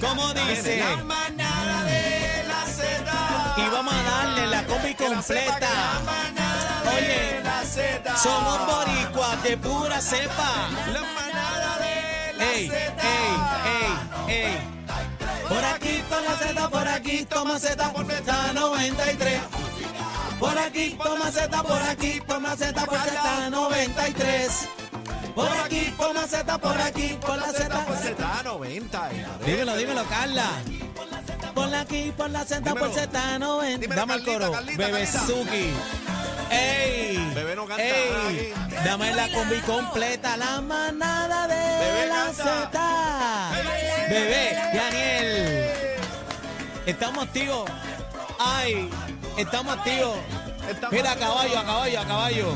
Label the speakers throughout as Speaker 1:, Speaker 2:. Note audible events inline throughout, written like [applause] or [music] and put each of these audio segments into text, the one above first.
Speaker 1: como dice.
Speaker 2: La manada de la Z.
Speaker 1: Y vamos a darle la combi completa.
Speaker 2: La manada de
Speaker 1: Oye,
Speaker 2: la Z.
Speaker 1: Somos boricuas de pura cepa.
Speaker 2: La manada de la
Speaker 1: Ey,
Speaker 2: Z.
Speaker 1: ey, ey, ey. Por aquí toma Z, por aquí toma Z, por Z 93. Por aquí toma Z, por aquí toma Z, por Z 93. Por aquí toma Z, por aquí, por la Z.
Speaker 2: Por Z 90. eh, madre.
Speaker 1: Dímelo, dímelo, Carla. Por aquí, por la Z, por
Speaker 2: Dímelo.
Speaker 1: Z 90.
Speaker 2: Dímelo,
Speaker 1: Dame el
Speaker 2: Carlita,
Speaker 1: coro.
Speaker 2: Carlita,
Speaker 1: Bebe
Speaker 2: Carlita.
Speaker 1: Suki. ¡Ey!
Speaker 2: Bebé no canta
Speaker 1: ¡Ey!
Speaker 2: nada
Speaker 1: Dame la combi completa, la manada de
Speaker 2: Bebé
Speaker 1: la
Speaker 2: canta.
Speaker 1: Z. Bebé, Daniel. Estamos activos. ¡Ay! Estamos activos.
Speaker 2: Estamos
Speaker 1: Mira, a
Speaker 2: activos.
Speaker 1: caballo, a caballo, a caballo.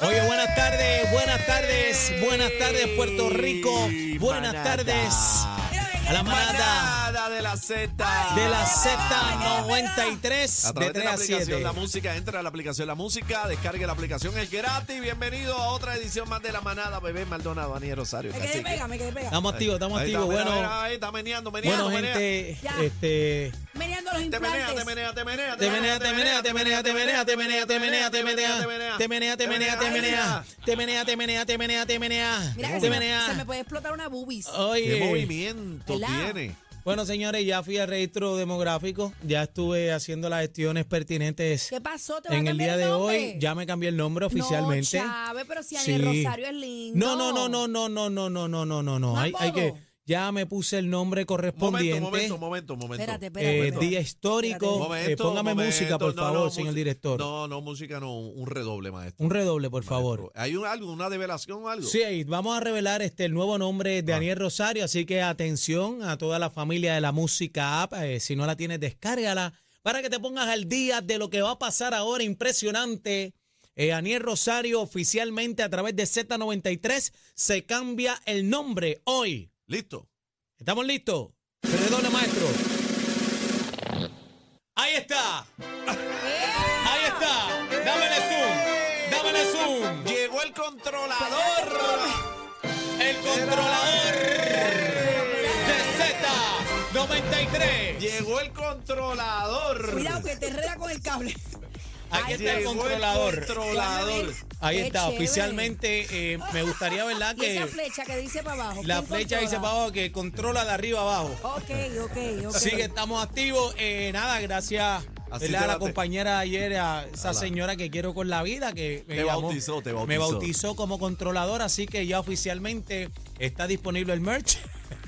Speaker 1: Oye, buenas tardes, Eh, buenas tardes, buenas tardes, Puerto Rico. Buenas
Speaker 2: Manada.
Speaker 1: tardes a la manada
Speaker 2: Manada de la Z.
Speaker 1: de la
Speaker 2: A
Speaker 1: Z93 de
Speaker 2: través de la aplicación
Speaker 1: 3 a 7.
Speaker 2: La Música, entra a la aplicación La Música, descargue la aplicación, es gratis. Bienvenido a otra edición más de La Manada, bebé Maldonado, Daniel Rosario.
Speaker 3: Me quedé
Speaker 2: Cacique.
Speaker 3: pega, me quedé pega.
Speaker 1: Estamos activos, estamos
Speaker 2: Ahí está,
Speaker 1: activos.
Speaker 2: mira,
Speaker 1: Bueno,
Speaker 2: mira, ahí está meneando, meneando,
Speaker 1: bueno,
Speaker 2: menea.
Speaker 1: gente,
Speaker 3: Ya.
Speaker 1: este.
Speaker 3: Meneando los
Speaker 2: Te menea, te
Speaker 3: implantes.
Speaker 2: menea, te menea,
Speaker 1: Te menea, te menea, te menea, te menea, te menea, te menea, te menea, te menea, te menea, te menea, te menea, te menea, te menea, te menea,
Speaker 3: Mira que
Speaker 1: te
Speaker 3: se, me, se me
Speaker 1: menea. Oh.
Speaker 3: puede explotar una boobies.
Speaker 2: Qué
Speaker 1: Oye,
Speaker 2: movimiento
Speaker 3: ¿Verdad?
Speaker 2: tiene.
Speaker 1: bueno señores, ya fui al registro demográfico, ya estuve haciendo las gestiones pertinentes
Speaker 3: ¿Qué pasó? ¿Te vas a
Speaker 1: en el
Speaker 3: cambiar
Speaker 1: día de
Speaker 3: nombre?
Speaker 1: hoy. Ya me cambié el nombre oficialmente.
Speaker 3: No, Chávez, pero si
Speaker 1: Sí.
Speaker 3: Daniel Rosario es lindo.
Speaker 1: No, no, no, no, no, no, no, no, no, no, no, no.
Speaker 3: Más
Speaker 1: Hay, hay que,
Speaker 3: bobo.
Speaker 1: ya me puse el nombre
Speaker 2: Momento,
Speaker 1: correspondiente.
Speaker 2: momento, momento, momento.
Speaker 3: Espérate, espérate.
Speaker 1: Eh,
Speaker 3: espérate.
Speaker 1: día histórico. Eh,
Speaker 2: Momento,
Speaker 1: póngame
Speaker 2: momento.
Speaker 1: música, por
Speaker 2: No,
Speaker 1: favor,
Speaker 2: no,
Speaker 1: señor
Speaker 2: música.
Speaker 1: director.
Speaker 2: No, no, música no, un redoble, maestro.
Speaker 1: Un redoble, por favor.
Speaker 2: ¿Hay un, algo, una revelación o algo?
Speaker 1: Sí, ahí vamos a revelar este el nuevo nombre de Daniel Rosario, así que atención a toda la familia de la música app. eh, si no la tienes, descárgala para que te pongas al día de lo que va a pasar ahora. Impresionante. Eh, Daniel Rosario oficialmente a través de Z93 se cambia el nombre hoy.
Speaker 2: ¿Listo?
Speaker 1: ¿Estamos listos? Redoble, maestro. Ahí está.
Speaker 3: ¡Eh!
Speaker 1: Ahí está. Dámele zoom. Dámele zoom.
Speaker 2: Llegó el controlador.
Speaker 1: El controlador de Z93.
Speaker 2: Llegó el controlador.
Speaker 3: Cuidado que te enreda con el cable.
Speaker 1: Aquí
Speaker 3: Ay,
Speaker 1: está el
Speaker 2: Llegó el
Speaker 1: controlador.
Speaker 3: déjame
Speaker 2: Controlador.
Speaker 3: ver.
Speaker 1: Ahí
Speaker 3: Qué
Speaker 1: está,
Speaker 3: chévere.
Speaker 1: oficialmente eh, me gustaría, ¿verdad?
Speaker 3: Y esa
Speaker 1: Que
Speaker 3: flecha que dice para abajo.
Speaker 1: la
Speaker 3: ¿quién
Speaker 1: flecha dice para
Speaker 3: controla?
Speaker 1: abajo que controla de arriba abajo.
Speaker 3: Ok, ok, ok.
Speaker 1: Así que estamos activos. Eh, nada, gracias
Speaker 2: Así
Speaker 1: ¿verdad?
Speaker 2: te
Speaker 1: a la
Speaker 2: la te-
Speaker 1: compañera ayer, a esa
Speaker 2: Ala.
Speaker 1: señora que quiero con la vida, que me
Speaker 2: Te
Speaker 1: llamó,
Speaker 2: bautizó, te
Speaker 1: Me
Speaker 2: bautizó.
Speaker 1: bautizó como controlador, así que ya oficialmente está disponible el merch.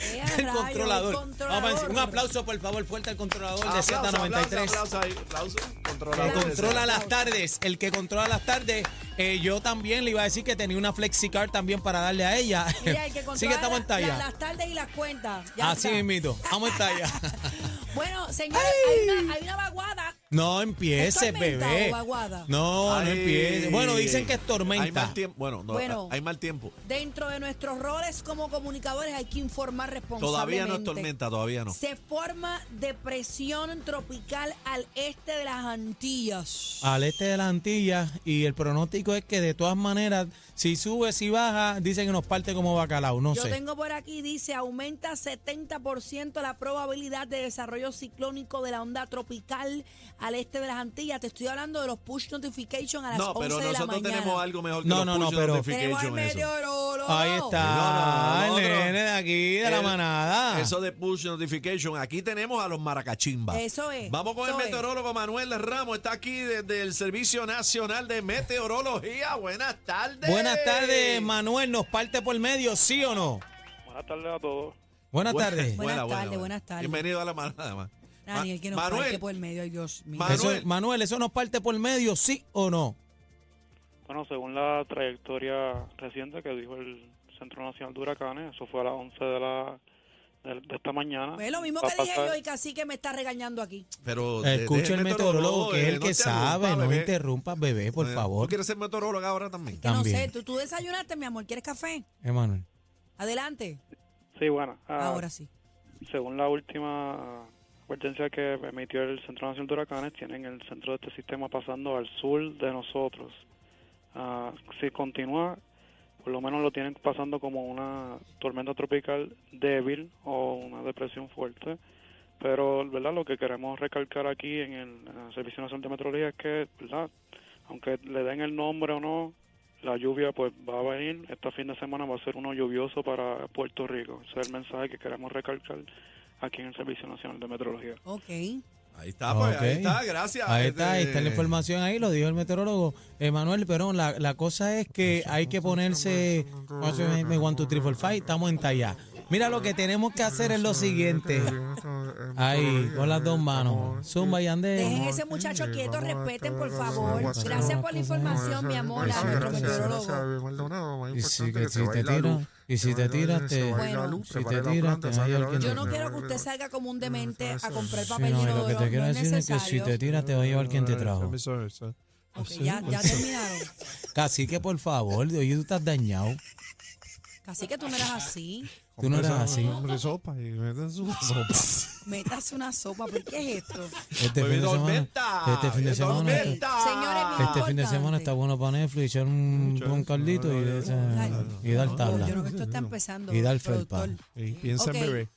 Speaker 3: Eh, a
Speaker 1: El
Speaker 3: rayos, el
Speaker 1: controlador.
Speaker 3: controlador.
Speaker 1: Vamos a- un aplauso, por favor, fuerte al controlador de
Speaker 2: Aplauso,
Speaker 1: Z93.
Speaker 2: Aplauso, aplauso, ahí, aplauso.
Speaker 1: Que
Speaker 2: Controlador. de
Speaker 1: controla
Speaker 2: Z.
Speaker 1: las tardes. El que controla las tardes. Eh, yo también le iba a decir que tenía una flexicard también para darle a ella. [laughs]
Speaker 3: Mira, el
Speaker 1: Así
Speaker 3: que
Speaker 1: que
Speaker 3: controla
Speaker 1: estamos en
Speaker 3: la- la-
Speaker 1: talla.
Speaker 3: las tardes y las cuentas. Ya
Speaker 1: Así
Speaker 3: está.
Speaker 1: mismito. Vamos en talla.
Speaker 3: [laughs] Bueno, señores, hay una, hay una vaguada.
Speaker 1: No empieces,
Speaker 3: ¿Es tormenta
Speaker 1: bebé.
Speaker 3: o aguada?
Speaker 1: No, no
Speaker 2: Ay.
Speaker 1: empieces. Bueno, dicen que es
Speaker 2: Hay
Speaker 1: tormenta.
Speaker 2: mal tiempo. Bueno, no,
Speaker 3: Bueno.
Speaker 2: hay mal tiempo.
Speaker 3: Dentro de nuestros roles como comunicadores hay que informar responsablemente.
Speaker 2: Todavía no es tormenta, todavía no.
Speaker 3: Se forma depresión tropical al este de las
Speaker 2: Ah,
Speaker 3: Antillas.
Speaker 1: Al este de las Antillas. Y el pronóstico es que de todas maneras, si sube, si baja, dicen que nos parte como bacalao. No
Speaker 3: Yo
Speaker 1: sé.
Speaker 3: tengo por aquí, dice, aumenta 70% la probabilidad de desarrollo ciclónico de la onda tropical al este de las Antillas. Te estoy hablando de los push notification a las
Speaker 2: No,
Speaker 3: 11
Speaker 2: pero
Speaker 3: de la
Speaker 2: nosotros
Speaker 3: mañana.
Speaker 2: tenemos algo mejor que
Speaker 1: No,
Speaker 2: los
Speaker 1: no, no,
Speaker 2: push
Speaker 1: pero-
Speaker 3: Tenemos al
Speaker 2: notification, eso.
Speaker 3: meteorólogo.
Speaker 1: Ahí está,
Speaker 2: No, no, no,
Speaker 1: el
Speaker 2: no.
Speaker 1: nene de aquí, de la
Speaker 2: El-
Speaker 1: manada.
Speaker 2: Eso de push notification. Aquí tenemos a los maracachimba.
Speaker 3: Eso es,
Speaker 2: Vamos con
Speaker 3: eso
Speaker 2: el
Speaker 3: es.
Speaker 2: meteorólogo Manuel Ramos. Está aquí desde el Servicio Nacional de Meteorología. Buenas tardes.
Speaker 1: Buenas tardes, Manuel. ¿Nos parte por medio, sí o no?
Speaker 4: Buenas tardes a todos.
Speaker 1: Buenas tardes.
Speaker 3: Buenas tardes, buenas tardes.
Speaker 2: Bienvenido a la manada. Ma-
Speaker 3: Daniel, que nos
Speaker 2: Manuel,
Speaker 3: parte por el medio, ay Dios mío.
Speaker 2: Manuel.
Speaker 1: Eso- Manuel. ¿eso nos parte por medio, sí o no?
Speaker 4: Bueno, según la trayectoria reciente que dijo el Centro Nacional de Huracanes, eso fue a las 11 de, la, de, de esta mañana.
Speaker 3: Pues lo mismo
Speaker 4: Ah, Va
Speaker 3: que
Speaker 4: a
Speaker 3: dije
Speaker 4: pasar-
Speaker 3: yo y casi que me está regañando aquí.
Speaker 2: pero de- deja
Speaker 1: Escucha el meteorólogo, que es
Speaker 2: eh,
Speaker 1: el
Speaker 2: no
Speaker 1: que
Speaker 2: te
Speaker 1: sabe.
Speaker 2: interrumpa,
Speaker 1: No
Speaker 2: bebé.
Speaker 1: interrumpas, bebé, por
Speaker 2: Eh, ¿Tú
Speaker 1: favor.
Speaker 2: quieres ser meteorólogo ahora también?
Speaker 3: Que no sé,
Speaker 1: También.
Speaker 3: ¿tú, tú desayunaste, mi amor, ¿quieres café?
Speaker 1: Emanuel.
Speaker 3: Adelante.
Speaker 4: Sí, bueno. ah,
Speaker 3: Ahora sí.
Speaker 4: Según la última advertencia que emitió el Centro Nacional de Huracanes, tienen el centro de este sistema pasando al sur de nosotros. Ah, si continúa, por lo menos lo tienen pasando como una tormenta tropical débil o una depresión fuerte. Pero, ¿verdad? Lo que queremos recalcar aquí en el, en el Servicio Nacional de Meteorología es que, ¿verdad? Aunque le den el nombre o no, la lluvia pues va a venir. Este fin de semana va a ser uno lluvioso para Puerto Rico. Ese es el mensaje que queremos recalcar aquí en el Servicio Nacional de Meteorología.
Speaker 3: Ok.
Speaker 2: Ahí está, pues,
Speaker 1: Ok.
Speaker 2: ahí está, gracias.
Speaker 1: Ahí está, ahí está la
Speaker 2: Eh,
Speaker 1: información ahí, lo dijo el meteorólogo Emanuel Perón. La, la cosa es que hay que ponerse. Vamos a hacer, me want to triple five, estamos en talla. Mira, lo que tenemos que hacer es lo siguiente. Ahí, con las dos manos. Zumba y
Speaker 3: Dejen
Speaker 1: ande.
Speaker 3: ese muchacho quieto, respeten, por favor. Gracias por la información, mi amor, a nuestro meteorólogo.
Speaker 1: Y si, que si te tiras, y si te tiras, te.
Speaker 3: Bueno.
Speaker 1: si te tiras, te vaya al
Speaker 3: Yo
Speaker 1: quinto.
Speaker 3: no quiero que usted salga como un demente a comprar
Speaker 1: Sí,
Speaker 3: papel
Speaker 1: no, y
Speaker 3: inodoro,
Speaker 1: lo que
Speaker 3: no
Speaker 1: te quiero
Speaker 3: es
Speaker 1: decir es que si
Speaker 3: necesario.
Speaker 1: te tiras, te va a llevar quien te trajo.
Speaker 3: Ok, ya, ya terminaron.
Speaker 1: Casi que por favor, Dios, y tú estás dañado.
Speaker 3: Así que tú no eras así.
Speaker 1: Tú no eras así.
Speaker 5: sopa y meten su [laughs] sopa.
Speaker 3: Métase una sopa, ¿por qué es esto?
Speaker 1: Este fin de
Speaker 2: viene
Speaker 1: semana.
Speaker 2: tormenta,
Speaker 1: Este fin de
Speaker 2: viene
Speaker 1: semana.
Speaker 2: tormenta.
Speaker 1: este-
Speaker 2: Está.
Speaker 3: Señores, bien
Speaker 1: Este fin de semana
Speaker 3: importante.
Speaker 1: está bueno para Netflix, echar un, un caldito y, esa-
Speaker 3: Ay.
Speaker 1: y dar tabla.
Speaker 3: Yo creo que esto está empezando.
Speaker 1: Y dar felpa.
Speaker 3: productor.
Speaker 5: Y piensa
Speaker 3: Ok.
Speaker 5: en bebé.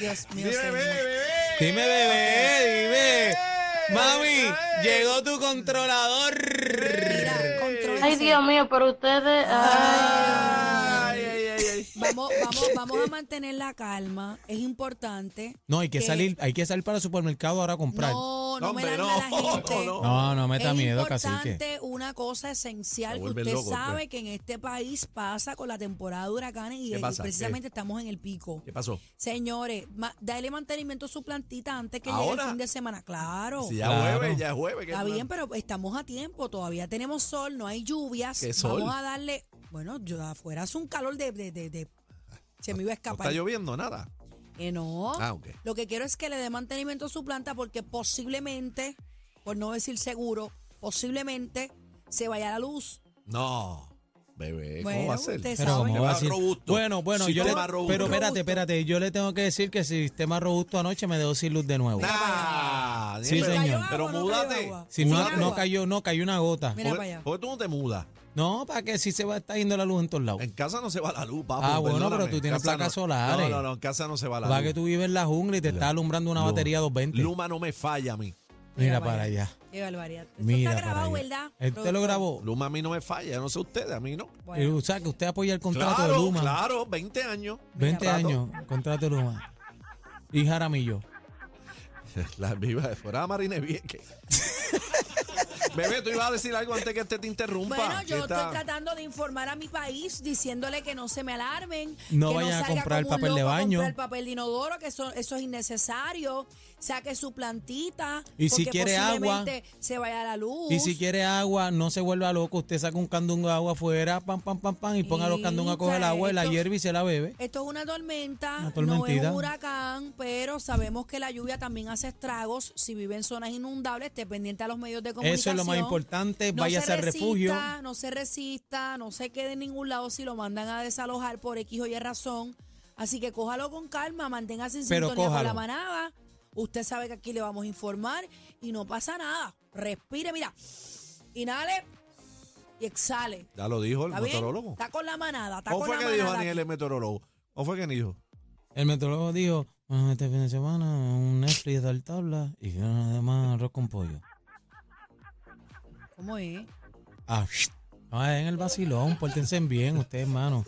Speaker 3: Dios mío.
Speaker 2: Dime,
Speaker 3: señor.
Speaker 2: bebé, bebé.
Speaker 1: este Dime, bebé, dime. Mami,
Speaker 2: Ay.
Speaker 1: llegó tu controlador.
Speaker 3: Mira, contrólense.
Speaker 6: Ay, Dios mío, pero ustedes.
Speaker 2: Ay, ay, ay, ay.
Speaker 3: Vamos,
Speaker 2: [laughs]
Speaker 3: vamos, vamos a mantener la calma. Es importante.
Speaker 1: No, hay que
Speaker 3: ¿Qué?
Speaker 1: salir, hay que salir para el supermercado ahora a comprar. No,
Speaker 3: No, no
Speaker 2: Hombre, [laughs]
Speaker 3: me
Speaker 2: no,
Speaker 3: alarme a la gente.
Speaker 2: no,
Speaker 1: no, meta
Speaker 3: es
Speaker 1: miedo,
Speaker 3: importante
Speaker 1: cacique.
Speaker 3: una cosa esencial
Speaker 2: Se
Speaker 3: que
Speaker 2: vuelve
Speaker 3: usted
Speaker 2: loco,
Speaker 3: sabe
Speaker 2: usted.
Speaker 3: que en este país pasa con la temporada de huracanes y,
Speaker 2: ¿Qué
Speaker 3: y
Speaker 2: pasa?
Speaker 3: precisamente estamos en el pico.
Speaker 2: ¿Qué pasó?
Speaker 3: Señores, ma- dale mantenimiento a su plantita antes que llegue
Speaker 2: ¿Ahora?
Speaker 3: el fin de semana. Claro.
Speaker 2: Si ya
Speaker 1: Claro.
Speaker 2: jueves, ya es jueves. ¿qué
Speaker 3: Está
Speaker 2: tú-
Speaker 3: bien, pero estamos a tiempo, todavía tenemos sol, no hay lluvias.
Speaker 2: ¿Qué sol?
Speaker 3: Vamos a darle, bueno, yo afuera hace un calor de, de- de- de- se me iba a
Speaker 2: No
Speaker 3: escapar.
Speaker 2: está lloviendo nada.
Speaker 3: Eh, no.
Speaker 2: Ah, ok.
Speaker 3: Lo que quiero es que le dé mantenimiento a su planta porque posiblemente, por no decir seguro, posiblemente se vaya la luz.
Speaker 2: No. Bebé, ¿cómo
Speaker 3: Bueno,
Speaker 2: va a ser?
Speaker 3: usted
Speaker 1: Pero
Speaker 3: sabe.
Speaker 1: cómo
Speaker 2: Sistema
Speaker 1: va a decir-
Speaker 2: robusto.
Speaker 1: Bueno, bueno, yo le,
Speaker 2: Sistema robusto.
Speaker 1: pero espérate, espérate, yo le tengo que decir que el sistema robusto anoche me dejó sin luz de nuevo.
Speaker 2: Nah,
Speaker 1: Sí,
Speaker 2: dime.
Speaker 1: señor.
Speaker 3: ¿Cayó
Speaker 2: Pero
Speaker 3: agua o no cayó
Speaker 2: múdate.
Speaker 3: agua?
Speaker 1: Si no,
Speaker 3: Sin
Speaker 1: no
Speaker 3: agua.
Speaker 1: cayó, no cayó una gota.
Speaker 3: Mira
Speaker 2: ¿Por-
Speaker 3: para allá.
Speaker 2: ¿Por qué tú no te mudas?
Speaker 1: No, para que si se va a estar yendo la luz en todos lados.
Speaker 2: En casa no se va la luz, papi.
Speaker 1: Ah, bueno,
Speaker 2: perdóname.
Speaker 1: pero tú tienes
Speaker 2: En casa
Speaker 1: placas
Speaker 2: no-
Speaker 1: solares.
Speaker 2: No, no, no, en casa no se va la
Speaker 1: Va
Speaker 2: luz.
Speaker 1: que tú vives en la jungla y te está alumbrando una batería 220.
Speaker 2: Luma no me falla a mí.
Speaker 1: Mira para allá.
Speaker 3: Qué barbaridad. Esto
Speaker 1: Mira
Speaker 3: está grabado,
Speaker 1: para allá.
Speaker 3: ¿verdad?
Speaker 1: Él te lo
Speaker 3: productor?
Speaker 1: grabó. Eh,
Speaker 2: Luma a mí no me falla, no sé ustedes, a mí no.
Speaker 1: Y,
Speaker 3: Bueno,
Speaker 1: o sea, que usted apoya el contrato
Speaker 2: claro,
Speaker 1: de Luma.
Speaker 2: claro, 20 años.
Speaker 1: 20
Speaker 2: Contrato.
Speaker 1: años, contrato de Luma. Y Jaramillo.
Speaker 2: [laughs] Las vivas de fuera Marine
Speaker 1: [laughs]
Speaker 2: Vieque. Bebé, tú ibas a decir algo antes que este te interrumpa.
Speaker 3: Bueno, yo
Speaker 2: Que está-
Speaker 3: estoy tratando de informar a mi país diciéndole que no se me alarmen,
Speaker 1: No
Speaker 3: que
Speaker 1: vayan a
Speaker 3: no salga
Speaker 1: comprar
Speaker 3: como un
Speaker 1: papel de
Speaker 3: loco a
Speaker 1: baño.
Speaker 3: comprar papel de inodoro, que eso, eso es innecesario. Saque su plantita.
Speaker 1: Y si
Speaker 3: porque
Speaker 1: quiere agua.
Speaker 3: posiblemente Se vaya la luz.
Speaker 1: Y si quiere agua, no se vuelva loco. Usted saca un candungo de agua afuera, pam, pam, pam, pam, y ponga los
Speaker 3: Y
Speaker 1: candungos a coger el agua y la
Speaker 3: esto-
Speaker 1: hierve y se la bebe.
Speaker 3: Esto es una tormenta,
Speaker 1: Una
Speaker 3: no es un
Speaker 1: tormentita.
Speaker 3: huracán, pero sabemos que la lluvia también hace estragos. Si vive en zonas inundables, esté pendiente a los medios de comunicación.
Speaker 1: Eso es lo más importante.
Speaker 3: No
Speaker 1: váyase
Speaker 3: se
Speaker 1: al refugio.
Speaker 3: resista, No se resista, no se quede en ningún lado si lo mandan a desalojar por X o Y razón. Así que cójalo con calma, manténgase en
Speaker 1: Pero
Speaker 3: sintonía con la
Speaker 1: cójalo.
Speaker 3: manada. Usted sabe que aquí le vamos a informar y no pasa nada. Respire, mira. Inhale y exhale.
Speaker 2: Ya lo dijo el
Speaker 3: ¿Está bien?
Speaker 2: meteorólogo.
Speaker 3: Está con la manada, está
Speaker 2: ¿Cómo
Speaker 3: con
Speaker 2: fue
Speaker 3: la
Speaker 2: que
Speaker 3: manada.
Speaker 2: dijo Daniel
Speaker 3: aquí.
Speaker 2: el meteorólogo? ¿Cómo fue que dijo?
Speaker 1: El metrólogo dijo, "Ah, este fin de semana, un Netflix de tal tabla y además arroz con pollo.
Speaker 3: ¿Cómo es?
Speaker 1: Ah, no, es en el vacilón, pórtense bien ustedes, hermano.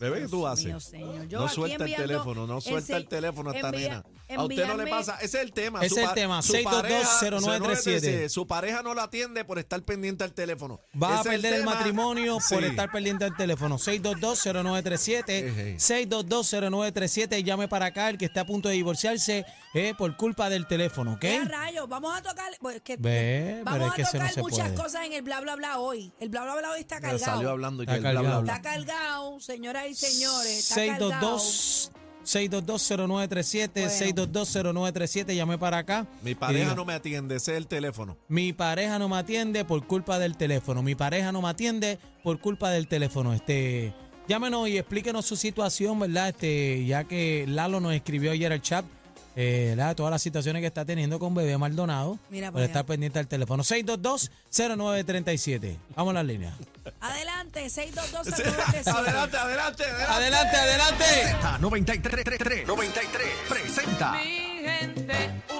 Speaker 2: Bebé, ¿qué tú
Speaker 3: Mío,
Speaker 2: haces?
Speaker 3: señor. Yo
Speaker 2: No
Speaker 3: aquí
Speaker 2: suelta el
Speaker 3: enviando-
Speaker 2: teléfono, no suelta el
Speaker 3: ense-
Speaker 2: teléfono a esta
Speaker 3: envía-
Speaker 2: nena. A usted no le
Speaker 3: enviarme-
Speaker 2: pasa. Ese es el tema.
Speaker 1: Ese
Speaker 2: Su
Speaker 1: es el
Speaker 2: pa-
Speaker 1: tema,
Speaker 2: su pareja-
Speaker 1: 622-0937.
Speaker 2: 0937. Su pareja no la atiende por estar pendiente al teléfono.
Speaker 1: Va a
Speaker 2: Ese es
Speaker 1: perder el,
Speaker 2: tema.
Speaker 1: matrimonio por
Speaker 2: Sí.
Speaker 1: estar pendiente del teléfono. 622-0937.
Speaker 2: Ejé.
Speaker 1: 622-0937. Llame para acá el que está a punto de divorciarse eh, por culpa del teléfono, ¿ok?
Speaker 3: ¿Qué rayos? Vamos a tocar. bueno, es que- pues,
Speaker 1: Ve,
Speaker 3: vamos
Speaker 1: pero es
Speaker 3: a
Speaker 1: que eso no
Speaker 3: tocar
Speaker 1: se
Speaker 3: muchas
Speaker 1: puede.
Speaker 3: cosas en el bla bla bla hoy. El bla bla bla hoy está
Speaker 2: Me salió
Speaker 3: cargado.
Speaker 2: hablando
Speaker 1: Está
Speaker 2: ya el bla, bla,
Speaker 1: cargado.
Speaker 2: bla.
Speaker 3: Está cargado, señoras y señores. Está cargado.
Speaker 1: 622 622-0937,
Speaker 3: Bueno.
Speaker 1: 622-0937, llame para acá.
Speaker 2: Mi
Speaker 1: y
Speaker 2: pareja
Speaker 1: diga,
Speaker 2: no me atiende, ese es el teléfono.
Speaker 1: Mi pareja no me atiende por culpa del teléfono. Mi pareja no me atiende por culpa del teléfono. Este, llámenos y explíquenos su situación, ¿verdad? Este, ya que Lalo nos escribió ayer al chat eh, ¿verdad? todas las situaciones que está teniendo con Bebé Maldonado.
Speaker 3: Mira
Speaker 1: por
Speaker 3: para allá.
Speaker 1: estar pendiente al teléfono. 622-0937. Vamos a las líneas.
Speaker 2: [laughs]
Speaker 3: Adelante,
Speaker 2: Sí,
Speaker 3: 622
Speaker 2: adelante, adelante, adelante.
Speaker 1: Adelante, adelante.
Speaker 6: Z93 93 presenta
Speaker 7: Mi gente